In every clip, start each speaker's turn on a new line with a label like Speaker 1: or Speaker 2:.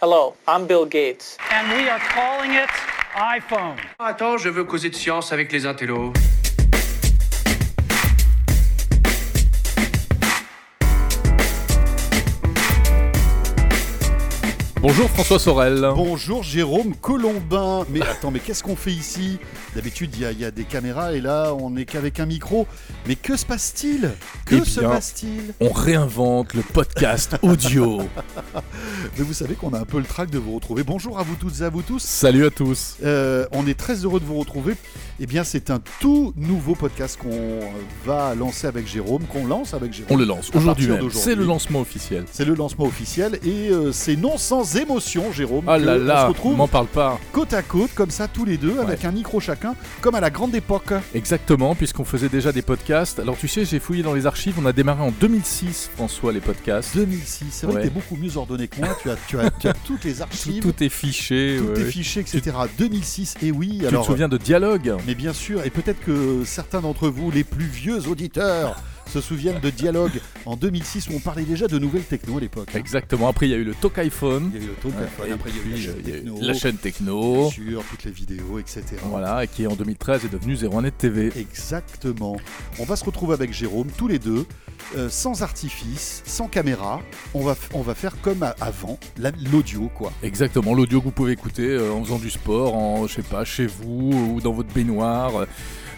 Speaker 1: Hello, I'm Bill Gates.
Speaker 2: and we are calling it iPhone.
Speaker 3: Attends, je veux causer de science avec les intellos.
Speaker 4: Bonjour François Sorel.
Speaker 5: Bonjour Jérôme Colombin. Mais attends, mais qu'est-ce qu'on fait ici D'habitude, il y, a- il y a des caméras et là, on n'est qu'avec un micro. Mais que se passe-t-il Que
Speaker 4: Eh
Speaker 5: se
Speaker 4: bien.
Speaker 5: passe-t-il
Speaker 4: On réinvente le podcast audio.
Speaker 5: Mais vous savez qu'on a un peu le trac de vous retrouver. Bonjour à vous toutes et à vous tous.
Speaker 4: Salut à tous.
Speaker 5: Euh, on est très heureux de vous retrouver. Eh bien, c'est un tout nouveau podcast qu'on euh, va lancer avec Jérôme, qu'on lance avec Jérôme.
Speaker 4: On le lance
Speaker 5: À
Speaker 4: aujourd'hui
Speaker 5: partir
Speaker 4: même.
Speaker 5: d'aujourd'hui.
Speaker 4: C'est le lancement officiel.
Speaker 5: C'est le lancement officiel et euh, c'est non sans émotion, Jérôme.
Speaker 4: Ah
Speaker 5: que
Speaker 4: là
Speaker 5: on se
Speaker 4: là,
Speaker 5: retrouve
Speaker 4: m'en parle pas.
Speaker 5: côte à côte, comme ça, tous les deux, avec un micro chacun, comme à la grande époque.
Speaker 4: Exactement, puisqu'on faisait déjà des podcasts. Alors tu sais, j'ai fouillé dans les archives, on a démarré en 2006, François, les podcasts.
Speaker 5: 2006, c'est vrai
Speaker 4: Ouais.
Speaker 5: que t'es beaucoup mieux ordonné que moi, tu as, tu as, tu as toutes les
Speaker 4: Tout,
Speaker 5: archives,
Speaker 4: tout est fiché.
Speaker 5: tous
Speaker 4: ouais,
Speaker 5: tes
Speaker 4: ouais.
Speaker 5: fichiers, etc. 2006, et oui,
Speaker 4: Tu te
Speaker 5: alors...
Speaker 4: souviens de Dialogue
Speaker 5: Mais bien sûr, et peut-être que certains d'entre vous, les plus vieux auditeurs, se souviennent de Dialogue en 2006 où on parlait déjà de nouvelles techno à l'époque. hein.
Speaker 4: Exactement. Après, il y a eu le Talk iPhone.
Speaker 5: Il y avait le talk,
Speaker 4: Et
Speaker 5: après il y
Speaker 4: puis,
Speaker 5: avait
Speaker 4: il y a eu
Speaker 5: techno,
Speaker 4: la chaîne techno.
Speaker 5: sur toutes les vidéos, etc.
Speaker 4: Voilà, et qui en 2013 est devenu 01net TV.
Speaker 5: Exactement. On va se retrouver avec Jérôme, tous les deux, euh, sans artifice, sans caméra. On va, f- on va faire comme à- avant, la- l'audio, quoi.
Speaker 4: Exactement, l'audio que vous pouvez écouter euh, en faisant du sport, en je sais pas, chez vous euh, ou dans votre baignoire. euh,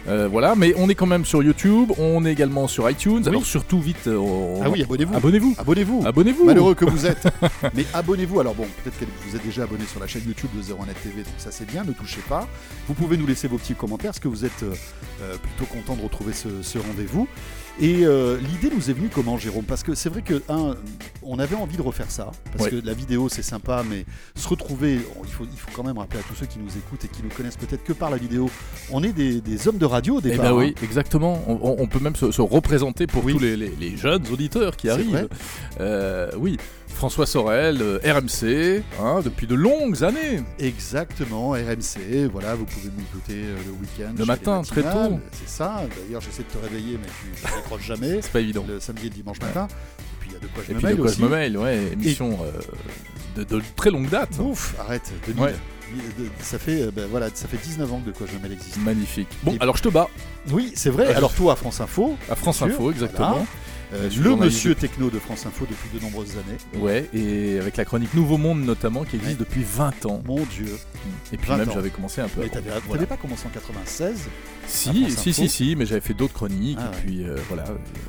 Speaker 4: euh, voilà, mais on est quand même sur YouTube, on est également sur iTunes. Alors surtout vite, euh, on-
Speaker 5: Ah oui, abonnez-vous.
Speaker 4: abonnez-vous,
Speaker 5: Abonnez-vous.
Speaker 4: abonnez-vous.
Speaker 5: Malheureux que vous êtes. Mais abonnez-vous. Alors bon, peut-être que vous êtes déjà abonné sur la chaîne YouTube de 01net TV, donc ça c'est bien, ne touchez pas. Vous pouvez nous laisser vos petits commentaires, est-ce que vous êtes euh, euh, plutôt content de retrouver ce, ce rendez-vous Et euh, l'idée nous est venue comment, Jérôme Parce que c'est vrai que, un, on avait envie de refaire ça, parce
Speaker 4: Ouais.
Speaker 5: que la vidéo c'est sympa, mais se retrouver, on- il, faut, il faut quand même rappeler à tous ceux qui nous écoutent et qui nous connaissent peut-être que par la vidéo, on est des, des hommes de radio au
Speaker 4: Eh
Speaker 5: départ.
Speaker 4: ben
Speaker 5: hein.
Speaker 4: oui, exactement. On, on- on peut même se, se représenter pour
Speaker 5: Oui.
Speaker 4: tous les, les- les jeunes auditeurs qui
Speaker 5: C'est
Speaker 4: arrivent.
Speaker 5: vrai.
Speaker 4: Euh, oui, François Sorel, euh, RMC, hein, depuis de longues années.
Speaker 5: Exactement, RMC, voilà, vous pouvez m'écouter euh, le week-end.
Speaker 4: Le
Speaker 5: chez
Speaker 4: matin,
Speaker 5: les
Speaker 4: très
Speaker 5: matinales,
Speaker 4: tôt.
Speaker 5: C'est ça, d'ailleurs j'essaie de te réveiller mais tu ne décroches jamais,
Speaker 4: C'est pas évident.
Speaker 5: le samedi et le dimanche matin. Et puis il y a de quoi je
Speaker 4: Et
Speaker 5: me
Speaker 4: puis de
Speaker 5: mêle
Speaker 4: quoi
Speaker 5: aussi.
Speaker 4: je me mêle, ouais, émission euh, de, de très longue date.
Speaker 5: Ouf, arrête, 2000.
Speaker 4: Ouais.
Speaker 5: De- de- Ça fait, euh, ben voilà, ça fait 19 ans que de quoi je me mêle existe.
Speaker 4: hein. Magnifique. Bon,
Speaker 5: Et-
Speaker 4: alors je te bats
Speaker 5: Oui, c'est vrai. Alors toi, France Info,
Speaker 4: à France
Speaker 5: Bien sûr,
Speaker 4: Info, exactement.
Speaker 5: euh,
Speaker 4: Je suis
Speaker 5: le
Speaker 4: journaliste
Speaker 5: monsieur techno de France Info depuis de nombreuses années.
Speaker 4: Ouais, et avec la chronique Nouveau Monde notamment, qui existe depuis 20 ans.
Speaker 5: Mon Dieu.
Speaker 4: Et puis
Speaker 5: 20
Speaker 4: même
Speaker 5: ans.
Speaker 4: j'avais commencé un peu
Speaker 5: Mais
Speaker 4: avant.
Speaker 5: t'avais t'avais
Speaker 4: Voilà.
Speaker 5: pas commencé en 96 à
Speaker 4: Si,
Speaker 5: France
Speaker 4: si,
Speaker 5: Info.
Speaker 4: si, si, mais j'avais fait d'autres chroniques,
Speaker 5: Ah
Speaker 4: et
Speaker 5: ouais.
Speaker 4: puis euh, voilà.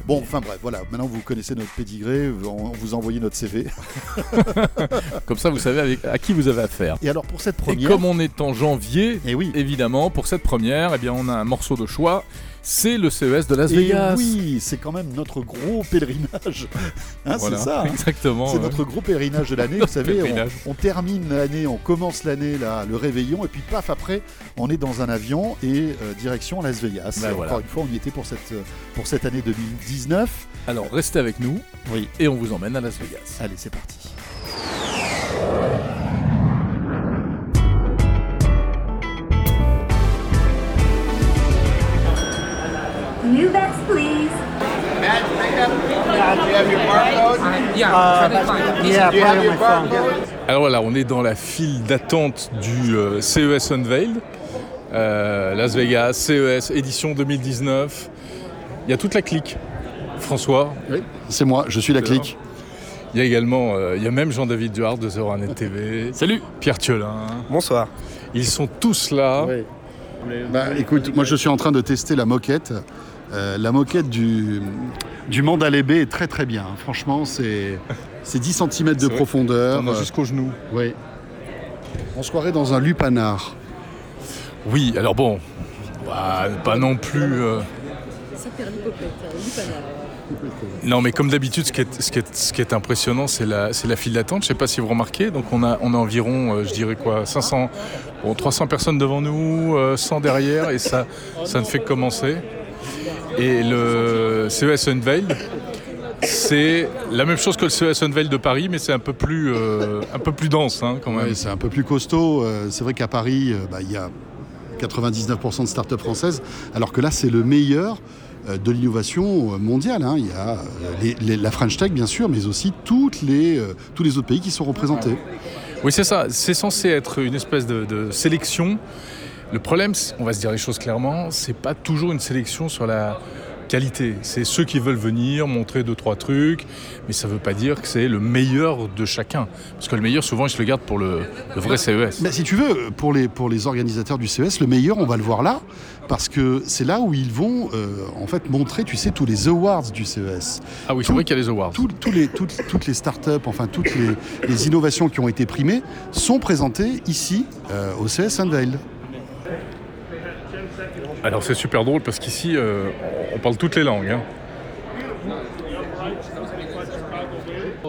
Speaker 5: Bon, enfin bref, voilà. Maintenant vous connaissez notre pédigré, on on vous envoyez notre CV.
Speaker 4: Comme ça, vous savez avec, à qui vous avez affaire.
Speaker 5: Et alors pour cette
Speaker 4: Et
Speaker 5: première.
Speaker 4: comme on est en janvier,
Speaker 5: Eh oui.
Speaker 4: évidemment, pour cette première, eh bien, on a un morceau de choix, c'est le CES de Las
Speaker 5: Et
Speaker 4: Vegas.
Speaker 5: oui, c'est quand même notre gros pèlerinage. Hein,
Speaker 4: Voilà,
Speaker 5: C'est ça. hein.
Speaker 4: Exactement.
Speaker 5: C'est
Speaker 4: ouais.
Speaker 5: notre gros pèlerinage de l'année. vous savez,
Speaker 4: pèlerinage.
Speaker 5: on, on termine l'année, on commence l'année, là, le réveillon, et puis paf, après, on est dans un avion et euh, direction Las Vegas.
Speaker 4: Bah
Speaker 5: Et
Speaker 4: voilà.
Speaker 5: Encore une fois, on y était pour cette, euh, pour cette année 2019.
Speaker 4: Alors, restez avec nous,
Speaker 5: Oui.
Speaker 4: et on vous emmène à Las Vegas.
Speaker 5: Allez, c'est parti.
Speaker 6: New bets, please.
Speaker 4: Alors voilà, on est dans la file d'attente du euh, CES Unveiled, Euh, Las Vegas, CES édition 2019. Il y a toute la clique. François,
Speaker 5: C'est moi, je suis la
Speaker 4: Excellent.
Speaker 5: clique.
Speaker 4: il y a également, euh, il y a même Jean-David Duard de 01net TV. Salut Pierre Thiolin.
Speaker 7: Bonsoir.
Speaker 4: Ils sont tous là.
Speaker 5: Bah, écoute, moi je suis en train de tester la moquette. Euh, la moquette du, du Mandalay Bay est très très bien. Franchement, c'est c'est 10 cm de
Speaker 4: vrai.
Speaker 5: profondeur.
Speaker 4: On a jusqu'aux genoux.
Speaker 5: Oui. On se croirait dans un lupanar.
Speaker 4: Oui, alors bon, bah, pas non plus. euh, Non, mais comme d'habitude, ce, qui est- ce qui est- ce qui est impressionnant, c'est la, c'est la file d'attente. Je sais pas si vous remarquez. Donc, on a, on a environ, euh, je dirais quoi, 500, bon, 300 personnes devant nous, euh, 100 derrière, et ça, ça ne fait que commencer. Et le CES Unveiled, c'est la même chose que le CES Unveiled de Paris, mais c'est un peu plus, euh, un peu plus dense, hein, quand même.
Speaker 5: Ouais, c'est un peu plus costaud. Euh, C'est vrai qu'à Paris, euh, bah, il y a 99% de startups françaises, alors que là, c'est le meilleur euh, de l'innovation euh, mondiale. hein. Il y a euh, les- les- la French Tech, bien sûr, mais aussi toutes les, euh, tous les autres pays qui sont représentés.
Speaker 4: Oui, c'est ça. C'est censé être une espèce de, de sélection. Le problème, c'est- on va se dire les choses clairement, c'est pas toujours une sélection sur la qualité. C'est ceux qui veulent venir, montrer deux, trois trucs, mais ça veut pas dire que c'est le meilleur de chacun. Parce que le meilleur, souvent, ils se le gardent pour le, le vrai E CES.
Speaker 8: Mais Bah, si tu veux, pour les, pour les organisateurs du CES, le meilleur, on va le voir là, parce que c'est là où ils vont euh, en fait montrer, tu sais, tous les awards du E CES.
Speaker 4: Ah oui, c'est vrai qu'il y a les awards.
Speaker 8: Tous- tous les, toutes, toutes les startups, enfin toutes les, les innovations qui ont été primées sont présentées ici, euh, au CES Unveil.
Speaker 4: Alors c'est super drôle parce qu'ici, euh, on parle toutes les langues. hein.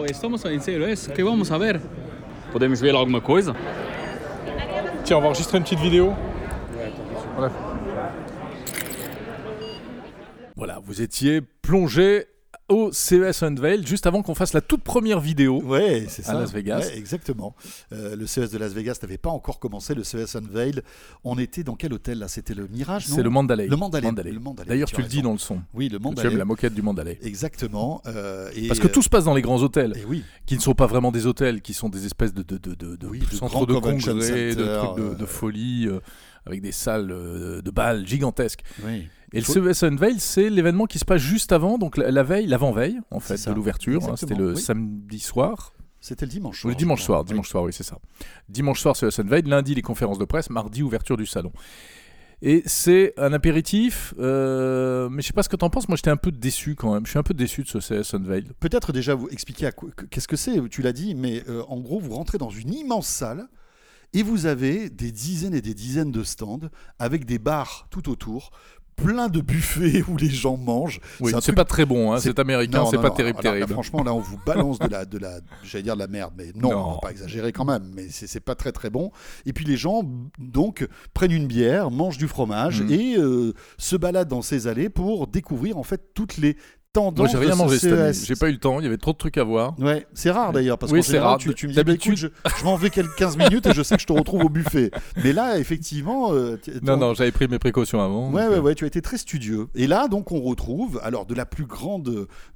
Speaker 9: Estamos en el
Speaker 5: ¿eh?
Speaker 9: CLS, ¿qué vamos a ver? Podemos ver alguma coisa?
Speaker 4: Tiens, on va enregistrer une petite vidéo. Voilà, vous étiez plongé au CES Unveil juste avant qu'on fasse la toute première vidéo.
Speaker 5: Ouais, c'est ça.
Speaker 4: Las Vegas.
Speaker 5: Ouais, exactement. Euh, le CES de Las Vegas n'avait pas encore commencé. Le CES Unveil, on était dans quel hôtel là C'était le Mirage, non
Speaker 4: C'est le Mandalay.
Speaker 5: Le Mandalay. Le Mandalay,
Speaker 4: D'ailleurs,
Speaker 5: tu
Speaker 4: tu,
Speaker 5: as
Speaker 4: le dis
Speaker 5: raison.
Speaker 4: dans le son.
Speaker 5: Oui, le
Speaker 4: Tu aimes
Speaker 5: Mandalay.
Speaker 4: la moquette du Mandalay.
Speaker 5: Exactement. euh, et, euh,
Speaker 4: Parce que tout se passe dans les grands hôtels,
Speaker 5: Et oui,
Speaker 4: qui ne sont pas vraiment des hôtels, qui sont des espèces de, de, de, de, de
Speaker 5: Oui, de
Speaker 4: centres de
Speaker 5: grands convention
Speaker 4: congrès, de
Speaker 5: centers,
Speaker 4: trucs de, de
Speaker 5: euh.
Speaker 4: folie, euh, avec des salles euh, de balles gigantesques.
Speaker 5: oui.
Speaker 4: Et le
Speaker 5: Faut-
Speaker 4: CES Unveil, c'est l'événement qui se passe juste avant, donc la, la veille, l'avant-veille, en
Speaker 5: C'est
Speaker 4: fait,
Speaker 5: ça.
Speaker 4: de l'ouverture. hein.
Speaker 5: Exactement,
Speaker 4: C'était le
Speaker 5: oui.
Speaker 4: samedi soir.
Speaker 5: C'était le dimanche
Speaker 4: Ou
Speaker 5: soir.
Speaker 4: le dimanche soir, dimanche soir, oui, c'est ça. Dimanche soir, CES Unveil. Lundi, les conférences de presse. Mardi, ouverture du salon. Et c'est un apéritif, euh, mais je sais pas ce que t'en penses. Moi, j'étais un peu déçu quand même. Je suis un peu déçu de ce CES Unveil.
Speaker 5: Peut-être déjà vous expliquer à quoi- que- qu'est-ce que c'est, tu l'as dit, mais euh, en gros, vous rentrez dans une immense salle et vous avez des dizaines et des dizaines de stands avec des bars tout autour, plein de buffets où les gens mangent.
Speaker 4: Oui,
Speaker 5: un
Speaker 4: c'est
Speaker 5: truc-
Speaker 4: pas très bon, hein,
Speaker 5: c'est-
Speaker 4: c'est américain,
Speaker 5: Non,
Speaker 4: c'est
Speaker 5: non,
Speaker 4: pas
Speaker 5: non.
Speaker 4: terrible,
Speaker 5: Alors là,
Speaker 4: terrible.
Speaker 5: franchement, là, on vous balance de la, de la, j'allais dire de la merde, mais non,
Speaker 4: Non.
Speaker 5: on va pas exagérer quand même, mais c'est c'est pas très très bon. Et puis les gens, donc, prennent une bière, mangent du fromage
Speaker 4: Mhm.
Speaker 5: et euh, se baladent dans ces allées pour découvrir en fait toutes les tendances.
Speaker 4: Moi, j'ai rien
Speaker 5: de ce E
Speaker 4: mangé cette année.
Speaker 5: CES.
Speaker 4: J'ai pas eu le temps. Il y avait trop de trucs à voir.
Speaker 5: Ouais, c'est rare d'ailleurs parce
Speaker 4: Oui,
Speaker 5: que
Speaker 4: c'est
Speaker 5: général,
Speaker 4: rare.
Speaker 5: tu, tu me dis bah, écoute, je, je m'en vais quelques 15 minutes et je sais que je te retrouve au buffet. Mais là, effectivement, euh, t-
Speaker 4: Non,
Speaker 5: ton-
Speaker 4: non, j'avais pris mes précautions avant.
Speaker 5: Ouais,
Speaker 4: donc,
Speaker 5: ouais,
Speaker 4: euh,
Speaker 5: ouais, tu as été très studieux. Et là, donc, on retrouve alors de la plus grande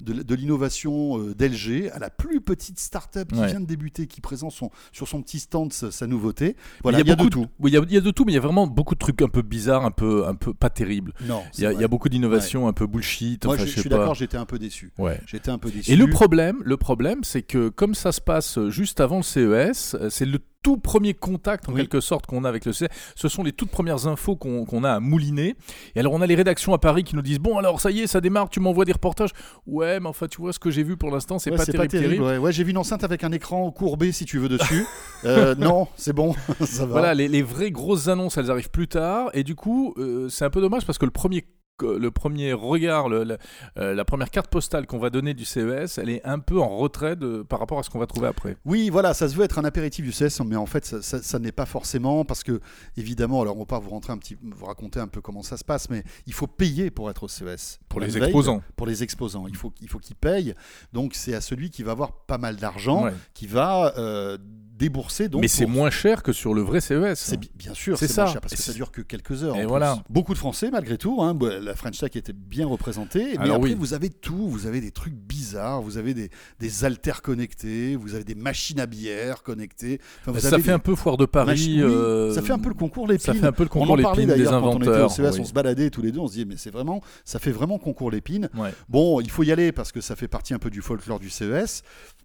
Speaker 5: de, de l'innovation euh, d'LG à la plus petite start-up qui
Speaker 4: Ouais.
Speaker 5: vient de débuter, qui présente son, sur son petit stand sa, sa nouveauté.
Speaker 4: Mais
Speaker 5: Voilà, il y a, de
Speaker 4: beaucoup
Speaker 5: tout.
Speaker 4: Oui, euh, il y a- il y a de tout, mais il y a vraiment beaucoup de trucs un peu bizarres, un peu, un peu pas terribles.
Speaker 5: Non,
Speaker 4: Il y, a- il y
Speaker 5: c'est
Speaker 4: a
Speaker 5: vrai.
Speaker 4: beaucoup d'innovations un peu bullshit.
Speaker 5: Moi,
Speaker 4: enfin,
Speaker 5: je,
Speaker 4: je
Speaker 5: je
Speaker 4: sais
Speaker 5: suis
Speaker 4: pas.
Speaker 5: d'accord, j'étais un peu déçu.
Speaker 4: Ouais.
Speaker 5: J'étais un peu déçu.
Speaker 4: Et le problème, le problème, c'est que comme ça se passe juste avant le CES, euh, c'est le tout premier contact en
Speaker 5: Oui.
Speaker 4: quelque sorte qu'on a avec le CES. Ce sont les toutes premières infos qu'on qu'on a à mouliner. Et alors on a les rédactions à Paris qui nous disent bon alors ça y est, ça démarre, tu m'envoies des reportages. Ouais, mais enfin tu vois ce que j'ai vu pour l'instant, c'est
Speaker 5: Ouais,
Speaker 4: pas, terrible, terrible.
Speaker 5: ouais. Ouais, j'ai vu une enceinte avec un écran courbé, si tu veux, dessus. Euh, non, c'est bon, ça va.
Speaker 4: Voilà, les, les vraies grosses annonces, elles arrivent plus tard. Et du coup, euh, c'est un peu dommage parce que le premier, le premier regard, le- la, euh, la première carte postale qu'on va donner du CES, elle est un peu en retrait de, par rapport à ce qu'on va trouver après.
Speaker 5: Oui, voilà, ça se veut être un apéritif du CS, mais en fait, ça, ça- ça n'est pas forcément parce que, évidemment, alors on part vous rentrer un petit, vous raconter un peu comment ça se passe, mais il faut payer pour être au CES.
Speaker 4: Pour les
Speaker 5: Unveil,
Speaker 4: exposants.
Speaker 5: Pour les exposants, il faut, il faut qu'ils payent. Donc c'est à celui qui va avoir pas mal d'argent,
Speaker 4: Ouais.
Speaker 5: qui va euh, débourser. Donc
Speaker 4: Mais c'est
Speaker 5: pour-
Speaker 4: moins cher que sur le vrai E CES.
Speaker 5: c'est bi- bien sûr,
Speaker 4: C'est
Speaker 5: c'est
Speaker 4: ça.
Speaker 5: moins cher parce que
Speaker 4: Et
Speaker 5: ça
Speaker 4: c'est-
Speaker 5: dure que quelques heures.
Speaker 4: Et
Speaker 5: en plus.
Speaker 4: voilà.
Speaker 5: Beaucoup de Français malgré tout. hein, bah, la French Tech était bien représentée. Mais
Speaker 4: Alors
Speaker 5: après,
Speaker 4: oui.
Speaker 5: vous avez tout. Vous avez des trucs bizarres. Vous avez des, des haltères connectés. Vous avez des machines à bière connectées. Enfin, vous
Speaker 4: Bah, ça
Speaker 5: avez
Speaker 4: fait un
Speaker 5: des
Speaker 4: peu foire de Paris.
Speaker 5: machi- oui,
Speaker 4: euh,
Speaker 5: Ça fait un peu le concours l'épine.
Speaker 4: ça fait un peu le
Speaker 5: on
Speaker 4: concours
Speaker 5: en parlait
Speaker 4: l'épine des
Speaker 5: d'ailleurs quand on était au
Speaker 4: inventeurs.
Speaker 5: CES,
Speaker 4: oui.
Speaker 5: on se baladait tous les deux, on se disait mais c'est vraiment, ça fait vraiment concours l'épine.
Speaker 4: Ouais.
Speaker 5: Bon, il faut y aller parce que ça fait partie un peu du folklore du CES.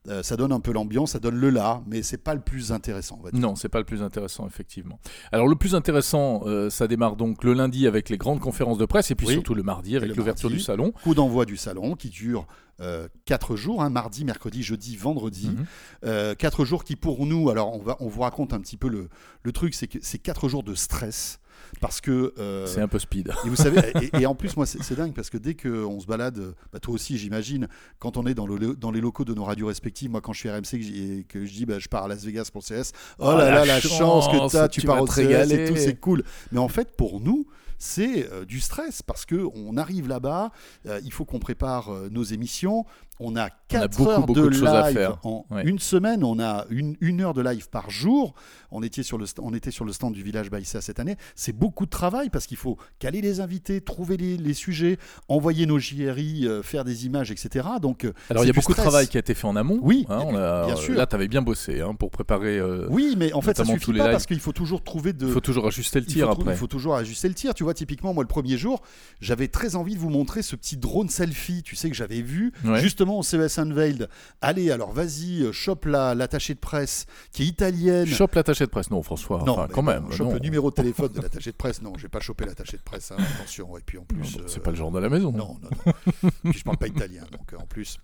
Speaker 5: Euh, ça donne un peu l'ambiance, ça donne le là, mais c'est pas le plus intéressant. On va dire.
Speaker 4: Non, c'est pas le plus intéressant, effectivement. Alors, le plus intéressant, euh, ça démarre donc le lundi avec les grandes conférences de presse et puis
Speaker 5: Oui.
Speaker 4: surtout le mardi
Speaker 5: le
Speaker 4: avec l'ouverture
Speaker 5: mardi.
Speaker 4: du salon.
Speaker 5: Coup d'envoi du salon qui dure euh, quatre jours, hein, mardi, mercredi, jeudi, vendredi.
Speaker 4: Mhm.
Speaker 5: Euh, quatre jours qui pour nous, alors on, va, on vous raconte un petit peu le, le truc, c'est que c'est quatre jours de stress parce que euh,
Speaker 4: C'est un peu speed.
Speaker 5: Et vous savez, et, et en plus, moi, c'est c'est dingue parce que dès qu'on se balade, bah, toi aussi, j'imagine, quand on est dans, le, dans les locaux de nos radios respectives, moi, quand je suis RMC que j'y- et que je dis bah, je pars à Las Vegas pour le CS, oh là
Speaker 4: Ah,
Speaker 5: là,
Speaker 4: la
Speaker 5: la chance,
Speaker 4: chance,
Speaker 5: que t'as, tu,
Speaker 4: tu
Speaker 5: pars
Speaker 4: vas
Speaker 5: au
Speaker 4: te
Speaker 5: CS et
Speaker 4: régaler.
Speaker 5: tout, c'est cool. Mais en fait, pour nous, c'est euh, du stress parce que on arrive là-bas, euh, il faut qu'on prépare euh, nos émissions, On
Speaker 4: On
Speaker 5: a
Speaker 4: a
Speaker 5: 4
Speaker 4: beaucoup,
Speaker 5: heures
Speaker 4: beaucoup
Speaker 5: de,
Speaker 4: de choses à
Speaker 5: live
Speaker 4: faire.
Speaker 5: en
Speaker 4: Ouais.
Speaker 5: une semaine. On a une, une heure de live par jour. On était sur le, st- on était sur le stand du village Baïssa cette année. C'est beaucoup de travail parce qu'il faut caler les invités, trouver les, les sujets, envoyer nos JRI, euh, faire des images, etc. Donc, euh,
Speaker 4: Alors il y
Speaker 5: c'est
Speaker 4: a
Speaker 5: du
Speaker 4: beaucoup de
Speaker 5: stress.
Speaker 4: travail qui a été fait en amont.
Speaker 5: Oui,
Speaker 4: Hein,
Speaker 5: et
Speaker 4: on
Speaker 5: puis,
Speaker 4: a-
Speaker 5: bien sûr.
Speaker 4: Là, t'avais bien bossé hein, pour préparer. euh,
Speaker 5: Oui, mais en fait, ça
Speaker 4: notamment
Speaker 5: suffit
Speaker 4: tous les
Speaker 5: pas
Speaker 4: lives.
Speaker 5: parce qu'il faut toujours trouver de,
Speaker 4: Il faut toujours ajuster le
Speaker 5: Il
Speaker 4: tir
Speaker 5: faut trou-
Speaker 4: après.
Speaker 5: Il faut toujours ajuster le tir. Tu vois, typiquement, moi, le premier jour, j'avais très envie de vous montrer ce petit drone selfie, tu sais, que j'avais vu
Speaker 4: Ouais.
Speaker 5: justement au CES Unveiled. Allez, alors vas-y, euh, chope la- l'attachée de presse qui est italienne.
Speaker 4: Chope l'attaché de presse, non François. enfin,
Speaker 5: mais
Speaker 4: quand même.
Speaker 5: Chope
Speaker 4: non.
Speaker 5: le numéro de téléphone de l'attaché de presse. Non, j'ai pas chopé l'attaché de presse, hein, attention. Et puis en
Speaker 4: Non,
Speaker 5: plus.
Speaker 4: non,
Speaker 5: euh,
Speaker 4: C'est pas le genre de la maison.
Speaker 5: non, non, non. Puis je parle pas italien, donc euh, en plus.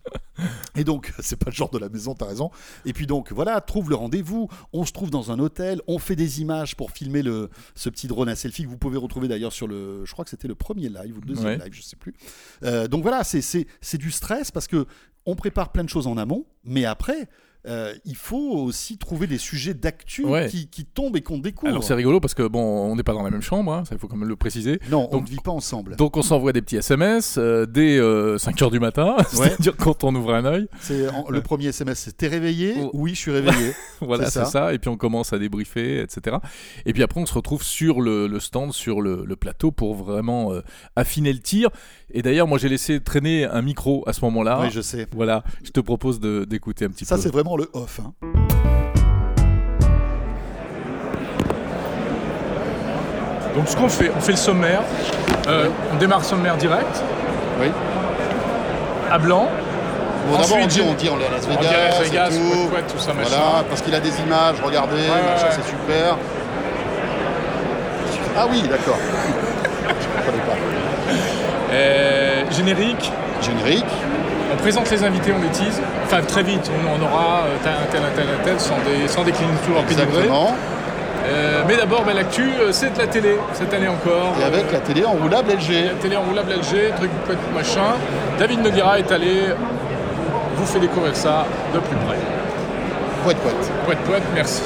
Speaker 5: Et donc, c'est pas le genre de la maison, t'as raison. Et puis donc, voilà, trouve le rendez-vous. On se trouve dans un hôtel. On fait des images pour filmer le, ce petit drone à selfie que vous pouvez retrouver d'ailleurs sur le. Je crois que c'était le premier live ou le deuxième
Speaker 4: Ouais.
Speaker 5: live, je sais plus. Euh, donc voilà, c'est- c'est c'est du stress parce que on prépare plein de choses en amont, mais après. euh, il faut aussi trouver des sujets d'actu
Speaker 4: Ouais.
Speaker 5: qui, qui tombent et qu'on découvre.
Speaker 4: Alors c'est rigolo parce que bon, on n'est pas dans la même chambre, hein, ça il faut quand même le préciser.
Speaker 5: non, on
Speaker 4: donc-
Speaker 5: ne vit pas ensemble.
Speaker 4: Donc on s'envoie des petits SMS euh, dès 5h du matin, c'est-à-dire quand on ouvre un œil.
Speaker 5: C'est en- le premier SMS, c'est T'es réveillé
Speaker 4: Oh.
Speaker 5: Oui, je suis réveillé.
Speaker 4: Voilà,
Speaker 5: C'est
Speaker 4: c'est
Speaker 5: ça.
Speaker 4: ça. Et puis on commence à débriefer, etc. Et puis après, on se retrouve sur le, le stand, sur le, le plateau pour vraiment euh, affiner le tir. Et d'ailleurs, moi, j'ai laissé traîner un micro à ce moment-là.
Speaker 5: Oui, je sais.
Speaker 4: Voilà, je te propose de- d'écouter un petit
Speaker 5: Ça,
Speaker 4: peu.
Speaker 5: c'est vraiment le off. hein.
Speaker 10: Donc ce qu'on fait, on fait le sommaire, Euh, on démarre le sommaire direct.
Speaker 1: Oui.
Speaker 10: À blanc.
Speaker 1: Bon, d'abord, on
Speaker 10: Ensuite,
Speaker 1: dit,
Speaker 10: j'ai-
Speaker 1: on dit, on est à Las Vegas,
Speaker 10: dit à Las
Speaker 1: et
Speaker 10: Vegas,
Speaker 1: tout.
Speaker 10: fouet, fouet, tout ça, machin.
Speaker 1: Voilà, parce qu'il a des images, regardez, machin,
Speaker 10: ouais.
Speaker 1: c'est super. Ah oui, d'accord. Je comprenais pas.
Speaker 10: Euh, générique.
Speaker 1: Générique.
Speaker 10: On présente les invités, on les tease. Enfin, très vite, on en aura euh, tel, un tel, un tel, un tel, sans, des, sans des clignotants à pénurer.
Speaker 1: Exactement.
Speaker 10: Euh, mais d'abord, bah, l'actu, euh, c'est de la télé, cette année encore.
Speaker 1: Et avec la télé enroulable LG.
Speaker 10: La télé enroulable LG, truc couette, machin. David Noguera est allé vous fait découvrir ça de plus près.
Speaker 1: Pouet, pouet.
Speaker 10: Poète, poète, merci.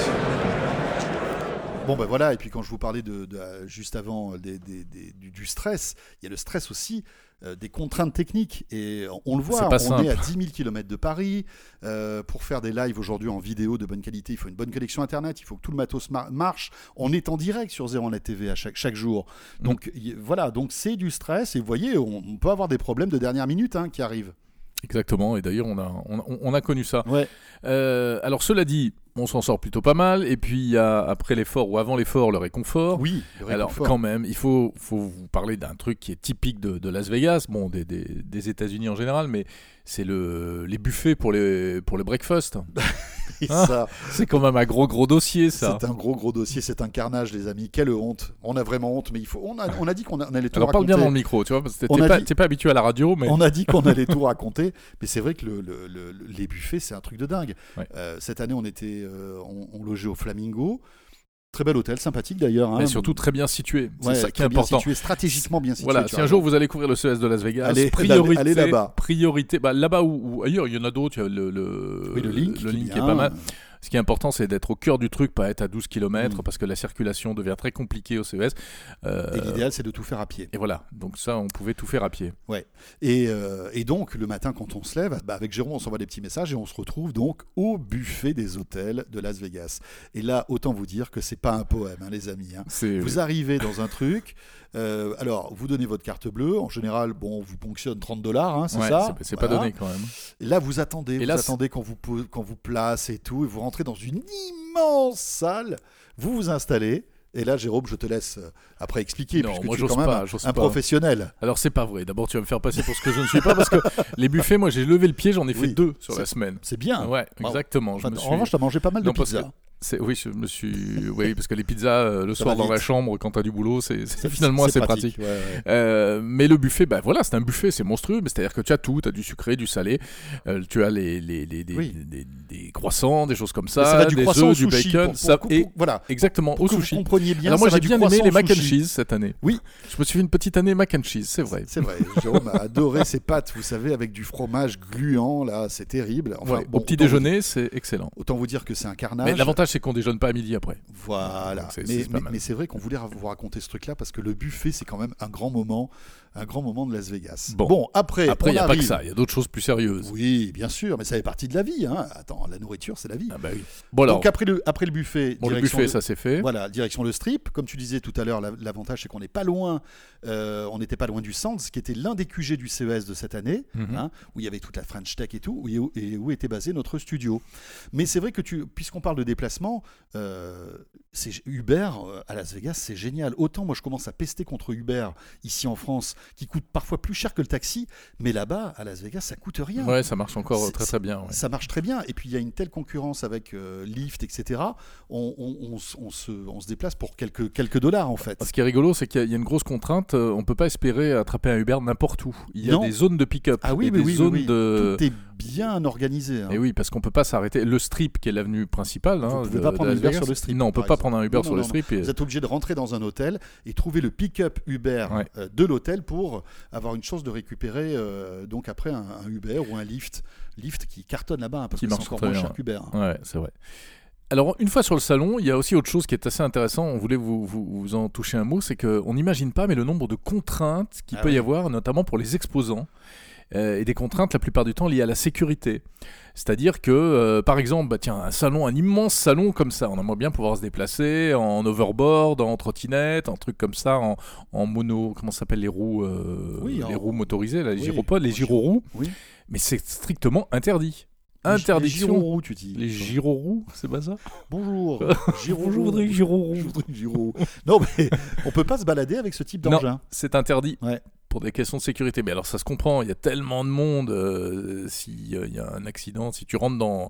Speaker 5: Bon, ben voilà, et puis quand je vous parlais de, de- euh, juste avant euh, des- des- des- du, du stress, il y a le stress aussi euh, des contraintes techniques. Et on- on le voit,
Speaker 4: C'est
Speaker 5: on
Speaker 4: pas simple.
Speaker 5: est à 10 000 km de Paris. Euh, pour faire des lives aujourd'hui en vidéo de bonne qualité, il faut une bonne connexion Internet, il faut que tout le matos mar- marche. On est en direct sur Zéro Net TV à chaque, chaque jour.
Speaker 4: Mm.
Speaker 5: Donc y- voilà, donc c'est du stress. Et vous voyez, on, on peut avoir des problèmes de dernière minute hein, qui arrivent.
Speaker 4: Exactement. Et d'ailleurs, on a, on, a- on a connu ça.
Speaker 5: Ouais.
Speaker 4: Euh, alors cela dit, on s'en sort plutôt pas mal. Et puis il y a après l'effort ou avant l'effort, le réconfort.
Speaker 5: Oui, le
Speaker 4: Alors
Speaker 5: réconfort.
Speaker 4: quand même, il faut, faut vous parler d'un truc qui est typique de, de Las Vegas, bon des, des, des États-Unis en général, mais c'est le, les buffets pour, les, pour le breakfast.
Speaker 5: Et
Speaker 4: Ah.
Speaker 5: ça,
Speaker 4: C'est quand même un gros gros dossier ça.
Speaker 5: C'est un gros gros dossier, c'est un carnage, les amis. Quelle honte. On a vraiment honte, mais il faut. On a, on a dit qu'on a- on allait tout
Speaker 4: Alors parle
Speaker 5: raconter.
Speaker 4: bien dans le micro, tu vois, parce que
Speaker 5: On
Speaker 4: t'es
Speaker 5: a
Speaker 4: pas,
Speaker 5: dit-
Speaker 4: t'es pas habitué à la radio, mais
Speaker 5: On a dit qu'on allait tout raconter, mais c'est vrai que le- le- le- les buffets, c'est un truc de dingue.
Speaker 4: Ouais.
Speaker 5: Euh, cette année, on était, euh, on, on logeait au Flamingo, très bel hôtel, sympathique d'ailleurs. hein.
Speaker 4: mais surtout très bien situé. C'est
Speaker 5: Ouais,
Speaker 4: ça qui
Speaker 5: très
Speaker 4: est
Speaker 5: bien
Speaker 4: important.
Speaker 5: situé, stratégiquement bien situé.
Speaker 4: Voilà,
Speaker 5: tu
Speaker 4: si
Speaker 5: vois.
Speaker 4: un jour vous allez couvrir le CES de Las Vegas,
Speaker 5: Allez-
Speaker 4: priorité,
Speaker 5: allez là-bas.
Speaker 4: priorité, bah, là-bas ou, ou ailleurs, il y en a d'autres, il y a le, le,
Speaker 5: Oui, le link,
Speaker 4: le
Speaker 5: qui
Speaker 4: link
Speaker 5: est
Speaker 4: qui est
Speaker 5: bien.
Speaker 4: pas mal. Ce qui est important, c'est d'être au cœur du truc, pas être à 12 km,
Speaker 5: Mm.
Speaker 4: parce que la circulation devient très compliquée au CES. Euh,
Speaker 5: Et l'idéal, c'est de tout faire à pied.
Speaker 4: Et voilà, donc ça, on pouvait tout faire à pied.
Speaker 5: Ouais. Et, euh, et donc, le matin, quand on se lève, bah, avec Jérôme, on s'envoie des petits messages et on se retrouve donc au buffet des hôtels de Las Vegas. Et là, autant vous dire que c'est pas un poème, hein, les amis. hein.
Speaker 4: C'est
Speaker 5: Vous arrivez dans un truc, euh, alors vous donnez votre carte bleue, en général, bon, on vous ponctionne 30 dollars, hein, c'est
Speaker 4: ouais,
Speaker 5: ça
Speaker 4: c'est- C'est
Speaker 5: Voilà.
Speaker 4: pas donné quand même.
Speaker 5: Et là, vous attendez, vous
Speaker 4: là, c'est-
Speaker 5: attendez qu'on vous, pose- qu'on vous place et tout, et vous rentrez dans une immense salle, vous vous installez, et là, Jérôme, je te laisse euh, après expliquer,
Speaker 4: Non,
Speaker 5: puisque
Speaker 4: moi,
Speaker 5: tu es
Speaker 4: j'ose
Speaker 5: quand même
Speaker 4: pas,
Speaker 5: un-
Speaker 4: j'ose
Speaker 5: un
Speaker 4: pas.
Speaker 5: professionnel.
Speaker 4: Alors c'est pas vrai. D'abord, tu vas me faire passer pour ce que je ne suis pas parce que les buffets, moi, j'ai levé le pied, j'en ai fait
Speaker 5: Oui,
Speaker 4: deux sur
Speaker 5: c'est-
Speaker 4: la semaine.
Speaker 5: C'est bien.
Speaker 4: Ouais,
Speaker 5: Bravo.
Speaker 4: exactement. je
Speaker 5: Enfin,
Speaker 4: me suis-
Speaker 5: En revanche, t'as mangé pas mal
Speaker 4: Non,
Speaker 5: de
Speaker 4: parce que
Speaker 5: pizzas.
Speaker 4: c'est- oui, je me suis. Oui, parce que les pizzas euh, le
Speaker 5: Ça
Speaker 4: soir
Speaker 5: va
Speaker 4: dans la
Speaker 5: vite.
Speaker 4: chambre quand t'as du boulot, c'est c'est finalement assez pratique.
Speaker 5: ouais, ouais.
Speaker 4: Euh, mais le buffet, bah voilà, c'est un buffet, c'est monstrueux. Mais c'est-à-dire que tu as tout, tu as du sucré, du salé, euh, tu as les, les, les- les-
Speaker 5: Oui.
Speaker 4: des, des croissants, des choses comme
Speaker 5: Mais
Speaker 4: ça,
Speaker 5: ça va du
Speaker 4: des
Speaker 5: croissant au
Speaker 4: œufs, du
Speaker 5: sushi,
Speaker 4: bacon,
Speaker 5: pour- pour-
Speaker 4: ça-
Speaker 5: pour-
Speaker 4: et
Speaker 5: voilà.
Speaker 4: exactement
Speaker 5: Pour
Speaker 4: au
Speaker 5: que
Speaker 4: sushi.
Speaker 5: vous compreniez bien,
Speaker 4: Alors moi
Speaker 5: ça va
Speaker 4: j'ai
Speaker 5: du
Speaker 4: bien aimé
Speaker 5: croissant
Speaker 4: les
Speaker 5: au
Speaker 4: mac and
Speaker 5: sushi.
Speaker 4: cheese cette année.
Speaker 5: Oui.
Speaker 4: Je me suis fait une petite année mac and cheese, c'est vrai.
Speaker 5: C'est vrai, Jérôme a adoré ses pâtes, vous savez, avec du fromage gluant, là, c'est terrible. Enfin,
Speaker 4: Voilà,
Speaker 5: bon, Ah,
Speaker 4: au petit
Speaker 5: autant vous-
Speaker 4: déjeuner, c'est excellent.
Speaker 5: Autant vous dire que c'est un carnage.
Speaker 4: Mais l'avantage, c'est qu'on déjeune pas à midi après.
Speaker 5: Voilà.
Speaker 4: Donc c'est-
Speaker 5: mais
Speaker 4: c'est pas
Speaker 5: mais-
Speaker 4: mal.
Speaker 5: mais c'est vrai qu'on voulait ra- vous raconter ce truc-là parce que le buffet, c'est quand même un grand moment, un grand moment de Las Vegas.
Speaker 4: Bon.
Speaker 5: après,
Speaker 4: après, il
Speaker 5: on
Speaker 4: n'y a pas que
Speaker 5: arrive-
Speaker 4: ça, il y a d'autres choses plus sérieuses.
Speaker 5: Oui, bien sûr, mais ça fait partie de la vie. hein. Attends, la nourriture, c'est la vie.
Speaker 4: Ah bah oui. Bon, alors,
Speaker 5: Donc après le, après le buffet,
Speaker 4: bon, le
Speaker 5: direction
Speaker 4: buffet,
Speaker 5: le-
Speaker 4: ça c'est fait.
Speaker 5: Voilà, direction le strip. Comme tu disais tout à l'heure, la- l'avantage c'est qu'on n'est pas loin, euh, on n'était pas loin du Sands, qui était l'un des QG du CES de cette année,
Speaker 4: Mhm.
Speaker 5: hein, où il y avait toute la French Tech et tout, où- et où, et où était basé notre studio. Mais c'est vrai que tu, puisqu'on parle de déplacement, euh, c'est Uber euh, à Las Vegas, c'est génial. Autant moi je commence à pester contre Uber ici en France, qui coûte parfois plus cher que le taxi, mais là-bas à Las Vegas ça coûte rien.
Speaker 4: Ouais, ça marche encore euh,
Speaker 5: C'est-
Speaker 4: très très bien. ouais.
Speaker 5: Ça marche très bien. Et puis, il y a une telle concurrence avec euh, Lyft, etc. On, on- on se- on se, on se déplace pour quelques, quelques dollars, en fait.
Speaker 4: Ce qui est rigolo, c'est qu'il y a- il y a une grosse contrainte. euh, On peut pas espérer attraper un Uber n'importe où. Il y a
Speaker 5: Non.
Speaker 4: des zones de pick-up
Speaker 5: Ah oui,
Speaker 4: et
Speaker 5: mais
Speaker 4: des
Speaker 5: oui, oui,
Speaker 4: zones
Speaker 5: oui.
Speaker 4: de.
Speaker 5: Tout est bien organisé. hein.
Speaker 4: Et oui, parce qu'on peut pas s'arrêter. Le strip, qui est l'avenue principale. hein,
Speaker 5: pouvez
Speaker 4: de-
Speaker 5: pas
Speaker 4: de
Speaker 5: prendre un
Speaker 4: Las
Speaker 5: Uber
Speaker 4: Vegas.
Speaker 5: sur le strip,
Speaker 4: Non, on peut
Speaker 5: par
Speaker 4: pas
Speaker 5: exemple.
Speaker 4: prendre un Uber
Speaker 5: Non,
Speaker 4: sur
Speaker 5: non,
Speaker 4: le
Speaker 5: non.
Speaker 4: strip. et-
Speaker 5: Vous êtes obligé de rentrer dans un hôtel et trouver le pick-up Uber
Speaker 4: Ouais.
Speaker 5: euh, de l'hôtel pour avoir une chance de récupérer euh, donc après un, un Uber ou un Lyft. Lyft qui cartonne là-bas hein, parce
Speaker 4: Qui
Speaker 5: que c'est
Speaker 4: marche
Speaker 5: encore
Speaker 4: très
Speaker 5: moins
Speaker 4: bien,
Speaker 5: cher qu'Uber. hein.
Speaker 4: Ouais, c'est vrai. Alors, une fois sur le salon, il y a aussi autre chose qui est assez intéressant. On voulait vous, vous, vous en toucher un mot, c'est qu'on n'imagine pas, mais le nombre de contraintes qu'il
Speaker 5: Ah
Speaker 4: peut y
Speaker 5: ouais.
Speaker 4: avoir, notamment pour les exposants, euh, et des contraintes la plupart du temps liées à la sécurité. C'est-à-dire que, euh, par exemple, bah, tiens, un salon, un immense salon comme ça, on aimerait bien pouvoir se déplacer en overboard, en trottinette, en truc comme ça, en, en mono, comment ça s'appelle les roues, euh,
Speaker 5: Oui,
Speaker 4: les
Speaker 5: en-
Speaker 4: roues motorisées, là, les
Speaker 5: Oui,
Speaker 4: gyropodes, les
Speaker 5: en
Speaker 4: gyroroues,
Speaker 5: Oui.
Speaker 4: mais c'est strictement interdit.
Speaker 5: Les
Speaker 4: Interdiction.
Speaker 5: gyros, tu dis.
Speaker 4: Les gyroroues, c'est pas ça
Speaker 5: Bonjour. Gyro-
Speaker 4: Bonjour Audrey Giroux.
Speaker 5: Bonjour, Audrey Giroux. Non, mais on peut pas se balader avec ce type
Speaker 4: Non.
Speaker 5: d'engin.
Speaker 4: C'est interdit.
Speaker 5: Ouais.
Speaker 4: Pour des questions de sécurité. Mais alors ça se comprend, il y a tellement de monde. euh, S'il y a un accident, si tu rentres dans,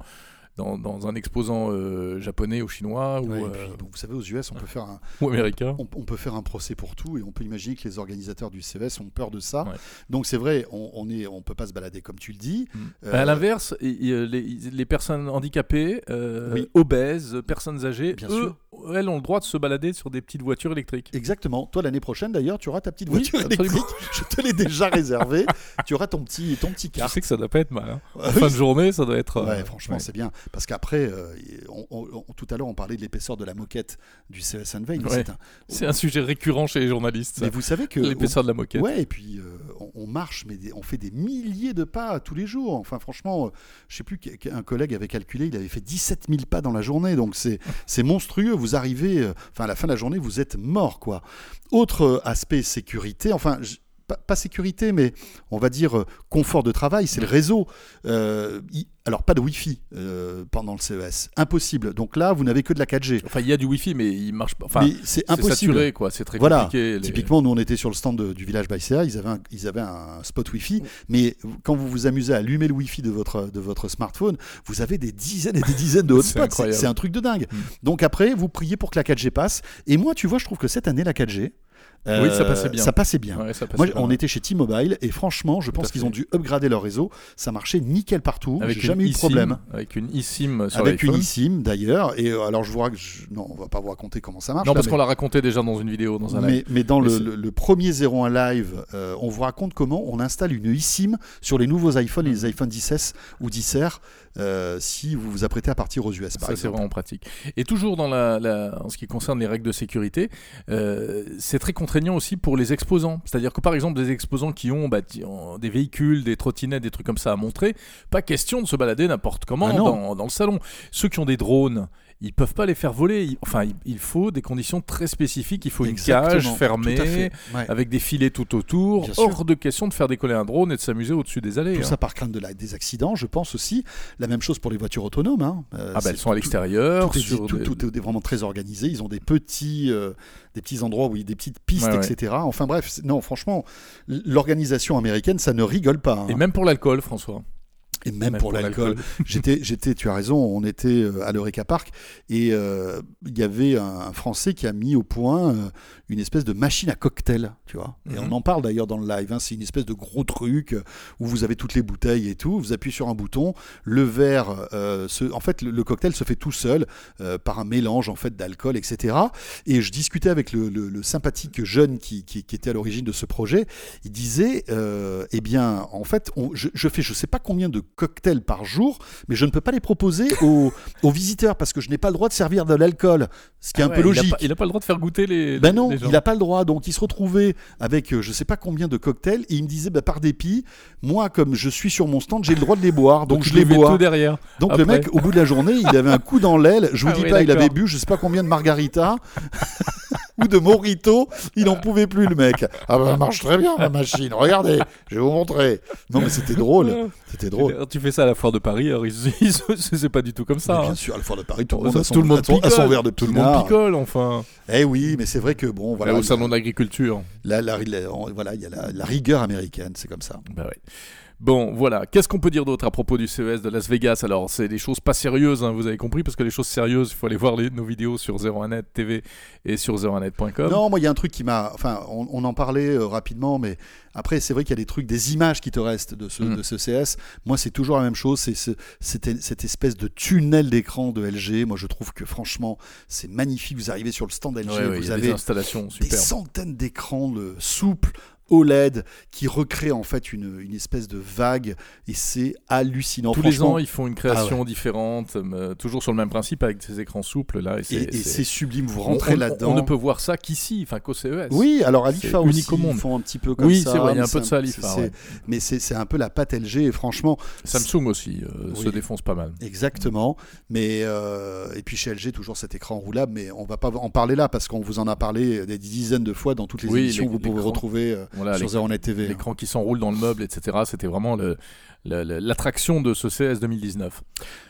Speaker 4: dans, dans un exposant euh, japonais ou chinois ou,
Speaker 5: Ouais, et
Speaker 4: euh,
Speaker 5: puis, bon, vous savez, aux US, on peut, faire un,
Speaker 4: ou américain.
Speaker 5: on, on peut faire un procès pour tout et on peut imaginer que les organisateurs du CES ont peur de ça.
Speaker 4: Ouais.
Speaker 5: Donc c'est vrai, on, on est, on peut pas se balader comme tu le dis. Euh,
Speaker 4: Mm. Bah, À l'inverse, et- et, euh, les, les personnes handicapées, euh,
Speaker 5: Oui.
Speaker 4: obèses, personnes âgées,
Speaker 5: Bien
Speaker 4: eux, elles ont le droit de se balader sur des petites voitures électriques.
Speaker 5: Exactement. Toi, l'année prochaine, d'ailleurs, tu auras ta petite
Speaker 4: Oui,
Speaker 5: voiture
Speaker 4: absolument.
Speaker 5: électrique. Je te l'ai déjà réservée. Tu auras ton petit, ton petit
Speaker 4: Tu
Speaker 5: car.
Speaker 4: sais que ça doit pas être mal. hein.
Speaker 5: Ouais,
Speaker 4: Fin de journée, ça doit être.
Speaker 5: Ah Ouais,
Speaker 4: euh,
Speaker 5: franchement,
Speaker 4: ouais.
Speaker 5: c'est bien. Parce qu'après, euh, on- on- on- tout à l'heure, on parlait de l'épaisseur de la moquette du CES Unveil. mais
Speaker 4: Ouais.
Speaker 5: c'est un-
Speaker 4: c'est un sujet récurrent chez les journalistes. ça.
Speaker 5: Mais vous euh, savez que au-
Speaker 4: L'épaisseur de la moquette.
Speaker 5: Ouais, et puis euh, on, on marche, mais des- on fait des milliers de pas tous les jours. Enfin, franchement, euh, je sais plus, qu- qu'un collègue avait calculé, il avait fait 17 000 pas dans la journée. Donc c'est c'est monstrueux. Vous arrivez, euh, enfin, à la fin de la journée, vous êtes mort, quoi. Autre euh, aspect sécurité, enfin. j- pas, pas sécurité, mais on va dire euh, confort de travail, c'est le réseau. Euh, i- alors, pas de Wi-Fi euh, pendant le CES. Impossible. Donc là, vous n'avez que de la 4G.
Speaker 4: Enfin, il y a du Wi-Fi, mais il marche pas. Enfin,
Speaker 5: mais c'est
Speaker 4: C'est
Speaker 5: impossible.
Speaker 4: saturé, quoi. C'est très
Speaker 5: Voilà,
Speaker 4: compliqué. les-
Speaker 5: Typiquement, nous, on était sur le stand de- du village Baïséa, ils avaient, un, ils avaient un spot Wi-Fi, mais quand vous vous amusez à allumer le Wi-Fi de votre, de votre smartphone, vous avez des dizaines et des dizaines de hotspots. C'est-
Speaker 4: incroyable.
Speaker 5: C'est un truc de dingue.
Speaker 4: Mm.
Speaker 5: Donc après, vous priez pour que la 4G passe. Et moi, tu vois, je trouve que cette année, la 4G,
Speaker 4: Oui, ça passait bien.
Speaker 5: Ça passait bien.
Speaker 4: Ouais, ça passe
Speaker 5: Moi,
Speaker 4: pas
Speaker 5: on
Speaker 4: mal.
Speaker 5: était chez T-Mobile et franchement, je
Speaker 4: à
Speaker 5: pense qu'ils
Speaker 4: fait.
Speaker 5: ont dû upgrader leur réseau. Ça marchait nickel partout. J'ai
Speaker 4: une
Speaker 5: jamais eu de
Speaker 4: eSIM,
Speaker 5: problème
Speaker 4: Avec une eSIM sur
Speaker 5: avec une
Speaker 4: l'iPhone.
Speaker 5: eSIM d'ailleurs. Et euh, alors, je vous rac- je- non, on va pas vous raconter comment ça marche.
Speaker 4: Non,
Speaker 5: là,
Speaker 4: parce
Speaker 5: mais-
Speaker 4: qu'on l'a raconté déjà dans une vidéo, dans un live.
Speaker 5: mais, mais dans
Speaker 4: Mais
Speaker 5: le,
Speaker 4: c'est-
Speaker 5: le- le premier 01 Live, euh, on vous raconte comment on installe une eSIM sur les nouveaux iPhones, les iPhone 10S ou 10R, euh, si vous vous apprêtez à partir aux US. Par
Speaker 4: Ça, c'est
Speaker 5: exemple.
Speaker 4: vraiment pratique. Et toujours dans la, la- en ce qui concerne les règles de sécurité, euh, c'est très contraignant aussi pour les exposants. C'est-à-dire que, par exemple, des exposants qui ont bah, qui ont des véhicules, des trottinettes, des trucs comme ça à montrer, pas question de se balader n'importe comment
Speaker 5: Ah non.
Speaker 4: dans, dans le salon. Ceux qui ont des drones, ils peuvent pas les faire voler. Ils- Enfin, il, il faut des conditions très spécifiques. Il faut une
Speaker 5: Exactement,
Speaker 4: cage
Speaker 5: tout
Speaker 4: fermée.
Speaker 5: à fait. Ouais.
Speaker 4: avec des filets tout autour.
Speaker 5: Bien sûr.
Speaker 4: Hors de question de faire décoller un drone et de s'amuser au-dessus des allées.
Speaker 5: Tout
Speaker 4: hein.
Speaker 5: ça par crainte de la, des accidents, je pense aussi. La même chose pour les voitures autonomes. hein. Euh,
Speaker 4: Ah bah,
Speaker 5: c'est
Speaker 4: elles sont à
Speaker 5: tout-
Speaker 4: l'extérieur.
Speaker 5: tout est-
Speaker 4: sur
Speaker 5: tout-
Speaker 4: des-
Speaker 5: tout est vraiment très organisé. Ils ont des petits, euh, des petits endroits où il y a des petites pistes,
Speaker 4: Ouais, ouais.
Speaker 5: etc. Enfin bref, c'est- non, franchement, l- l'organisation américaine, ça ne rigole pas. hein.
Speaker 4: Et même pour l'alcool, François.
Speaker 5: Et même,
Speaker 4: Même
Speaker 5: pour,
Speaker 4: pour
Speaker 5: l'alcool. j'étais, j'étais, tu as raison, on était euh, à l'Eureka Park et euh, il y avait un, un Français qui a mis au point euh, une espèce de machine à cocktail, tu vois. Et
Speaker 4: Mhm.
Speaker 5: on en parle d'ailleurs dans le live. hein. C'est une espèce de gros truc euh, où vous avez toutes les bouteilles et tout. Vous appuyez sur un bouton, le verre, euh, se- en fait, le, le cocktail se fait tout seul euh, par un mélange en fait d'alcool, etc. Et je discutais avec le, le- le sympathique jeune qui, qui- qui était à l'origine de ce projet. Il disait, euh, eh bien, en fait, on- je, je fais, je sais pas combien de cocktails par jour, mais je ne peux pas les proposer aux, aux visiteurs parce que je n'ai pas le droit de servir de l'alcool, ce qui est un peu
Speaker 4: Ah Il a,
Speaker 5: logique.
Speaker 4: pas, il a pas le droit de faire goûter les.
Speaker 5: Ben non,
Speaker 4: les gens.
Speaker 5: il n'a pas le droit. Donc il se retrouvait avec euh, je sais pas combien de cocktails et il me disait bah, par dépit, moi comme je suis sur mon stand, j'ai le droit de les boire, donc,
Speaker 4: Donc
Speaker 5: je
Speaker 4: il
Speaker 5: les
Speaker 4: buvait
Speaker 5: bois.
Speaker 4: tout derrière.
Speaker 5: Donc
Speaker 4: après.
Speaker 5: le mec, au bout de la journée, il avait un coup dans l'aile. Je vous
Speaker 4: Ah
Speaker 5: dis
Speaker 4: oui,
Speaker 5: pas, il
Speaker 4: d'accord.
Speaker 5: avait bu je sais pas combien de margarita ou de morito. Il en pouvait plus le mec. Ah ben ça marche très bien ma machine. Regardez, je vais vous montrer. Non mais c'était drôle, c'était drôle.
Speaker 4: Tu fais ça à la foire de Paris, alors ils- ils- c'est pas du tout comme
Speaker 5: Mais
Speaker 4: ça. hein.
Speaker 5: bien sûr, à la foire de Paris, tout le
Speaker 4: Tout
Speaker 5: monde a son,
Speaker 4: le monde
Speaker 5: a son- a son
Speaker 4: picole.
Speaker 5: verre de
Speaker 4: Tout le monde
Speaker 5: pinard.
Speaker 4: picole, Eh enfin.
Speaker 5: Eh oui, mais c'est vrai que bon, voilà,
Speaker 4: Là, au
Speaker 5: il-
Speaker 4: salon de l'agriculture.
Speaker 5: la- la- la- on- voilà, il y a la, la rigueur américaine, c'est comme ça.
Speaker 4: Bah ouais. Bon, voilà. Qu'est-ce qu'on peut dire d'autre à propos du CES de Las Vegas Alors, c'est des choses pas sérieuses, hein, vous avez compris, parce que les choses sérieuses, il faut aller voir les- nos vidéos sur 01net TV et sur 01net.com.
Speaker 5: Non, moi, il y a un truc qui m'a. Enfin, on, on en parlait euh, rapidement, mais après, c'est vrai qu'il y a des trucs, des images qui te restent de ce,
Speaker 4: Mm.
Speaker 5: de ce CS. Moi, c'est toujours la même chose. C'est ce- c'était cette espèce de tunnel d'écran de LG. Moi, je trouve que franchement, c'est magnifique. Vous arrivez sur le stand LG,
Speaker 4: Ouais, ouais, il y
Speaker 5: vous
Speaker 4: a
Speaker 5: avez
Speaker 4: des installations
Speaker 5: des
Speaker 4: superbes.
Speaker 5: centaines d'écrans le souples OLED E qui recréent en fait une, une espèce de vague et c'est hallucinant.
Speaker 4: Tous les
Speaker 5: Franchement, Ah
Speaker 4: ans, ils font une création différente, euh, toujours sur le même principe avec ces écrans souples là. Et c'est-
Speaker 5: et, et
Speaker 4: c'est-
Speaker 5: c'est sublime. Vous
Speaker 4: on-
Speaker 5: rentrez
Speaker 4: on-
Speaker 5: là-dedans.
Speaker 4: On ne peut voir ça qu'ici, enfin qu'au CES.
Speaker 5: Oui, alors à
Speaker 4: C'est
Speaker 5: l'IFA aussi,
Speaker 4: unique au monde.
Speaker 5: ils font un petit peu comme
Speaker 4: Oui,
Speaker 5: ça.
Speaker 4: c'est vrai, il y a
Speaker 5: mais
Speaker 4: un peu de
Speaker 5: c'est
Speaker 4: ça à l'IFA,
Speaker 5: c'est-
Speaker 4: ouais.
Speaker 5: Mais c'est c'est un peu la patte LG, et franchement,
Speaker 4: Samsung aussi euh,
Speaker 5: Oui.
Speaker 4: se défonce pas mal.
Speaker 5: exactement. Mais euh, Et puis chez LG, toujours cet écran roulable, mais on va pas en parler là, parce qu'on vous en a parlé euh, des dizaines de fois dans toutes les
Speaker 4: Oui,
Speaker 5: émissions
Speaker 4: les-
Speaker 5: que vous pouvez
Speaker 4: l'écran.
Speaker 5: retrouver euh,
Speaker 4: Voilà,
Speaker 5: sur
Speaker 4: l'écran-
Speaker 5: Zéro Net TV. hein.
Speaker 4: L'écran qui s'enroule dans le meuble, etc. C'était vraiment le- le- le- l'attraction de ce E CES 2019.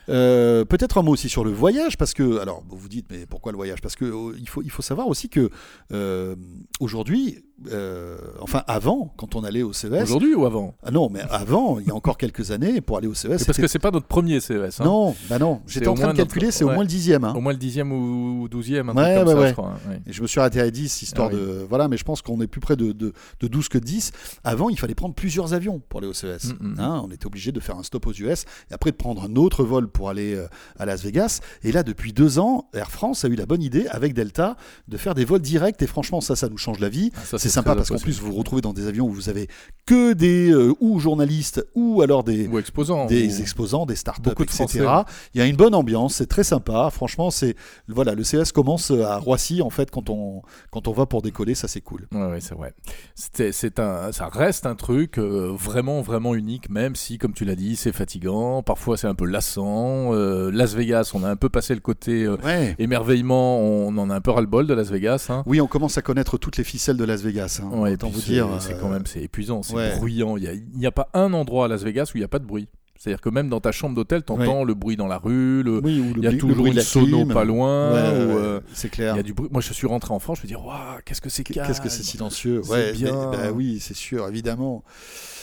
Speaker 5: Euh, Peut-être un mot aussi sur le voyage, parce que, alors vous vous dites, mais pourquoi le voyage Parce que euh, il, faut, il faut savoir aussi que euh, aujourd'hui, euh, enfin avant, quand on allait au CES,
Speaker 4: Aujourd'hui ou avant
Speaker 5: ah non, mais avant, il y a encore quelques années, pour aller au CES,
Speaker 4: Parce
Speaker 5: c'était
Speaker 4: que c'est pas notre premier CES. hein.
Speaker 5: Non, bah non. J'étais
Speaker 4: C'est
Speaker 5: en
Speaker 4: au
Speaker 5: train de
Speaker 4: moins notre-
Speaker 5: calculer, c'est au
Speaker 4: ouais.
Speaker 5: moins le dixième. hein.
Speaker 4: Au moins le dixième ou douzième, un
Speaker 5: Ouais,
Speaker 4: truc comme
Speaker 5: ouais,
Speaker 4: ça,
Speaker 5: ouais.
Speaker 4: je crois. hein, ouais.
Speaker 5: Et je me suis arrêté à 10, histoire
Speaker 4: Ah oui.
Speaker 5: de. Voilà, mais je pense qu'on est plus près de, de, de 12 que 10. Avant, il fallait prendre plusieurs avions pour aller au CES.
Speaker 4: Mm, mm.
Speaker 5: hein. on était obligé de faire un stop aux US et après de prendre un autre vol pour aller euh, à Las Vegas. Et là, depuis deux ans, Air France a eu la bonne idée, avec Delta, de faire des vols directs. Et franchement, ça, ça nous change la vie.
Speaker 4: Ah, ça,
Speaker 5: c'est
Speaker 4: c'est
Speaker 5: sympa
Speaker 4: très
Speaker 5: parce qu'en plus,
Speaker 4: apprécié.
Speaker 5: vous vous retrouvez dans des avions où vous avez que des. euh, ou journalistes, ou alors des,
Speaker 4: Ou exposant.
Speaker 5: des
Speaker 4: ou-
Speaker 5: exposants, des startups,
Speaker 4: Oh. Beaucoup de
Speaker 5: etc.
Speaker 4: Français.
Speaker 5: Il y a une bonne ambiance, c'est très sympa. Franchement, c'est voilà, le CES commence euh, à Roissy en fait quand on quand on va pour décoller, ça c'est cool.
Speaker 4: Ouais, ouais, c'est vrai. C'était- c'est un, ça reste un truc euh, vraiment, vraiment unique, même si, comme tu l'as dit, c'est fatigant, parfois c'est un peu lassant. Euh, Las Vegas, on a un peu passé le côté euh,
Speaker 5: Ouais.
Speaker 4: émerveillement, on en a un peu ras-le-bol de Las Vegas. hein.
Speaker 5: Oui, on commence à connaître toutes les ficelles de Las Vegas. hein.
Speaker 4: Ouais, et
Speaker 5: Autant
Speaker 4: puis
Speaker 5: vous
Speaker 4: c'est-
Speaker 5: dire,
Speaker 4: c'est
Speaker 5: euh,
Speaker 4: quand même c'est épuisant, c'est
Speaker 5: ouais.
Speaker 4: bruyant. Il y a- il n'y a, pas un endroit à Las Vegas où il n'y a pas de bruit. C'est-à-dire que même dans ta chambre d'hôtel, t'entends le bruit dans la rue, le-
Speaker 5: Oui, ou le
Speaker 4: il y a
Speaker 5: bruit- le
Speaker 4: toujours
Speaker 5: bruit de
Speaker 4: une
Speaker 5: la
Speaker 4: sono
Speaker 5: clim.
Speaker 4: pas
Speaker 5: Ouais,
Speaker 4: loin. ou,
Speaker 5: ouais, ouais,
Speaker 4: euh,
Speaker 5: c'est
Speaker 4: il
Speaker 5: clair.
Speaker 4: y a du bruit. Moi, je suis rentré en France, je me dis, waouh, qu'est-ce que c'est
Speaker 5: Qu'est-ce que c'est
Speaker 4: calme.
Speaker 5: silencieux
Speaker 4: C'est
Speaker 5: Ouais, mais-
Speaker 4: bien.
Speaker 5: bah oui, c'est sûr, évidemment.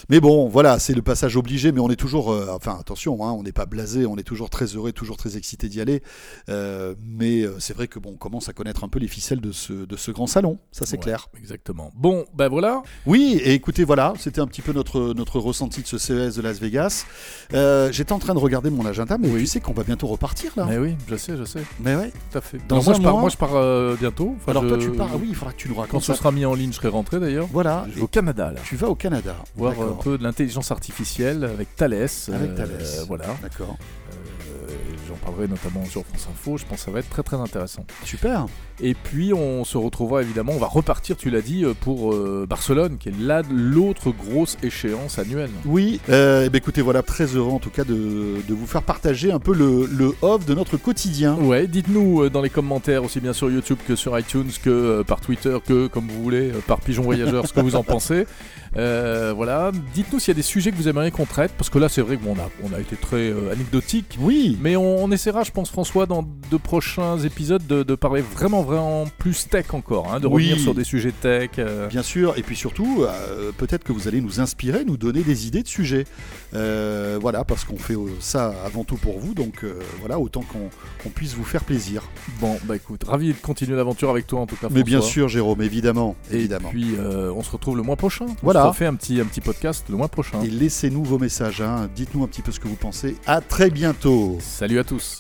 Speaker 5: Mais bon, voilà, c'est le passage obligé, mais on est toujours, euh, enfin attention, hein, on n'est pas blasé, on est toujours très heureux, toujours très excité d'y aller. Euh, mais euh, c'est vrai que bon, on commence à connaître un peu les ficelles de ce, de ce grand salon, ça c'est
Speaker 4: Ouais,
Speaker 5: clair.
Speaker 4: Exactement. Bon, ben voilà.
Speaker 5: Oui, et écoutez, voilà, c'était un petit peu notre, notre ressenti de ce CES de Las Vegas. Euh, J'étais en train de regarder mon agenda, mais tu sais qu'on va bientôt repartir là.
Speaker 4: Mais oui, je sais, je sais.
Speaker 5: Mais ouais.
Speaker 4: Tout à fait.
Speaker 5: Ah. Dans
Speaker 4: Alors moi,
Speaker 5: un
Speaker 4: je pars,
Speaker 5: mois-
Speaker 4: moi, je pars euh, bientôt. Enfin,
Speaker 5: Alors toi,
Speaker 4: je-
Speaker 5: tu pars. Ah oui, il faudra que tu nous
Speaker 4: Quand
Speaker 5: racontes
Speaker 4: ce
Speaker 5: ça.
Speaker 4: sera mis en ligne, je serai rentré d'ailleurs.
Speaker 5: Voilà.
Speaker 4: Je
Speaker 5: et
Speaker 4: vais au Canada, là.
Speaker 5: tu vas au Canada.
Speaker 4: Voir euh, un
Speaker 5: D'accord.
Speaker 4: peu de l'intelligence artificielle avec Thales.
Speaker 5: Avec
Speaker 4: euh,
Speaker 5: Thalès.
Speaker 4: voilà.
Speaker 5: D'accord.
Speaker 4: Euh, J'en parlerai notamment sur France Info. Je pense que ça va être très très intéressant.
Speaker 5: Super.
Speaker 4: Et puis on se retrouvera évidemment, on va repartir, tu l'as dit, euh, pour euh, Barcelone, qui est là l'autre grosse échéance annuelle.
Speaker 5: Oui, euh, eh ben, écoutez, voilà, très heureux en tout cas de, de vous faire partager un peu le, le off de notre quotidien.
Speaker 4: Ouais, dites-nous euh, dans les commentaires, aussi bien sur YouTube que sur iTunes, que euh, par Twitter, que comme vous voulez, euh, par Pigeon Voyageur, ce que vous en pensez. Euh, voilà, dites-nous s'il y a des sujets que vous aimeriez qu'on traite, parce que là c'est vrai que bon, on, a, on a été très euh, anecdotique,
Speaker 5: Oui,
Speaker 4: mais on, on essaiera, je pense, François, dans de prochains épisodes, de, de parler vraiment, vraiment plus tech encore, hein, de
Speaker 5: Oui.
Speaker 4: revenir sur des sujets tech. euh,
Speaker 5: Bien sûr, et puis surtout, euh, peut-être que vous allez nous inspirer, nous donner des idées de sujets. Euh, voilà, parce qu'on fait euh, ça avant tout pour vous, donc euh, voilà, autant qu'on qu'on puisse vous faire plaisir.
Speaker 4: Bon, bah écoute, ravi de continuer l'aventure avec toi en tout cas.
Speaker 5: Mais bien
Speaker 4: Ah, François.
Speaker 5: sûr, Jérôme, évidemment,
Speaker 4: Et
Speaker 5: évidemment.
Speaker 4: puis euh, on se retrouve le mois prochain.
Speaker 5: Voilà.
Speaker 4: On se refait un petit, un petit podcast le mois prochain.
Speaker 5: hein. Et laissez-nous vos messages, hein. dites-nous un petit peu ce que vous pensez. À très bientôt.
Speaker 4: Salut à tous.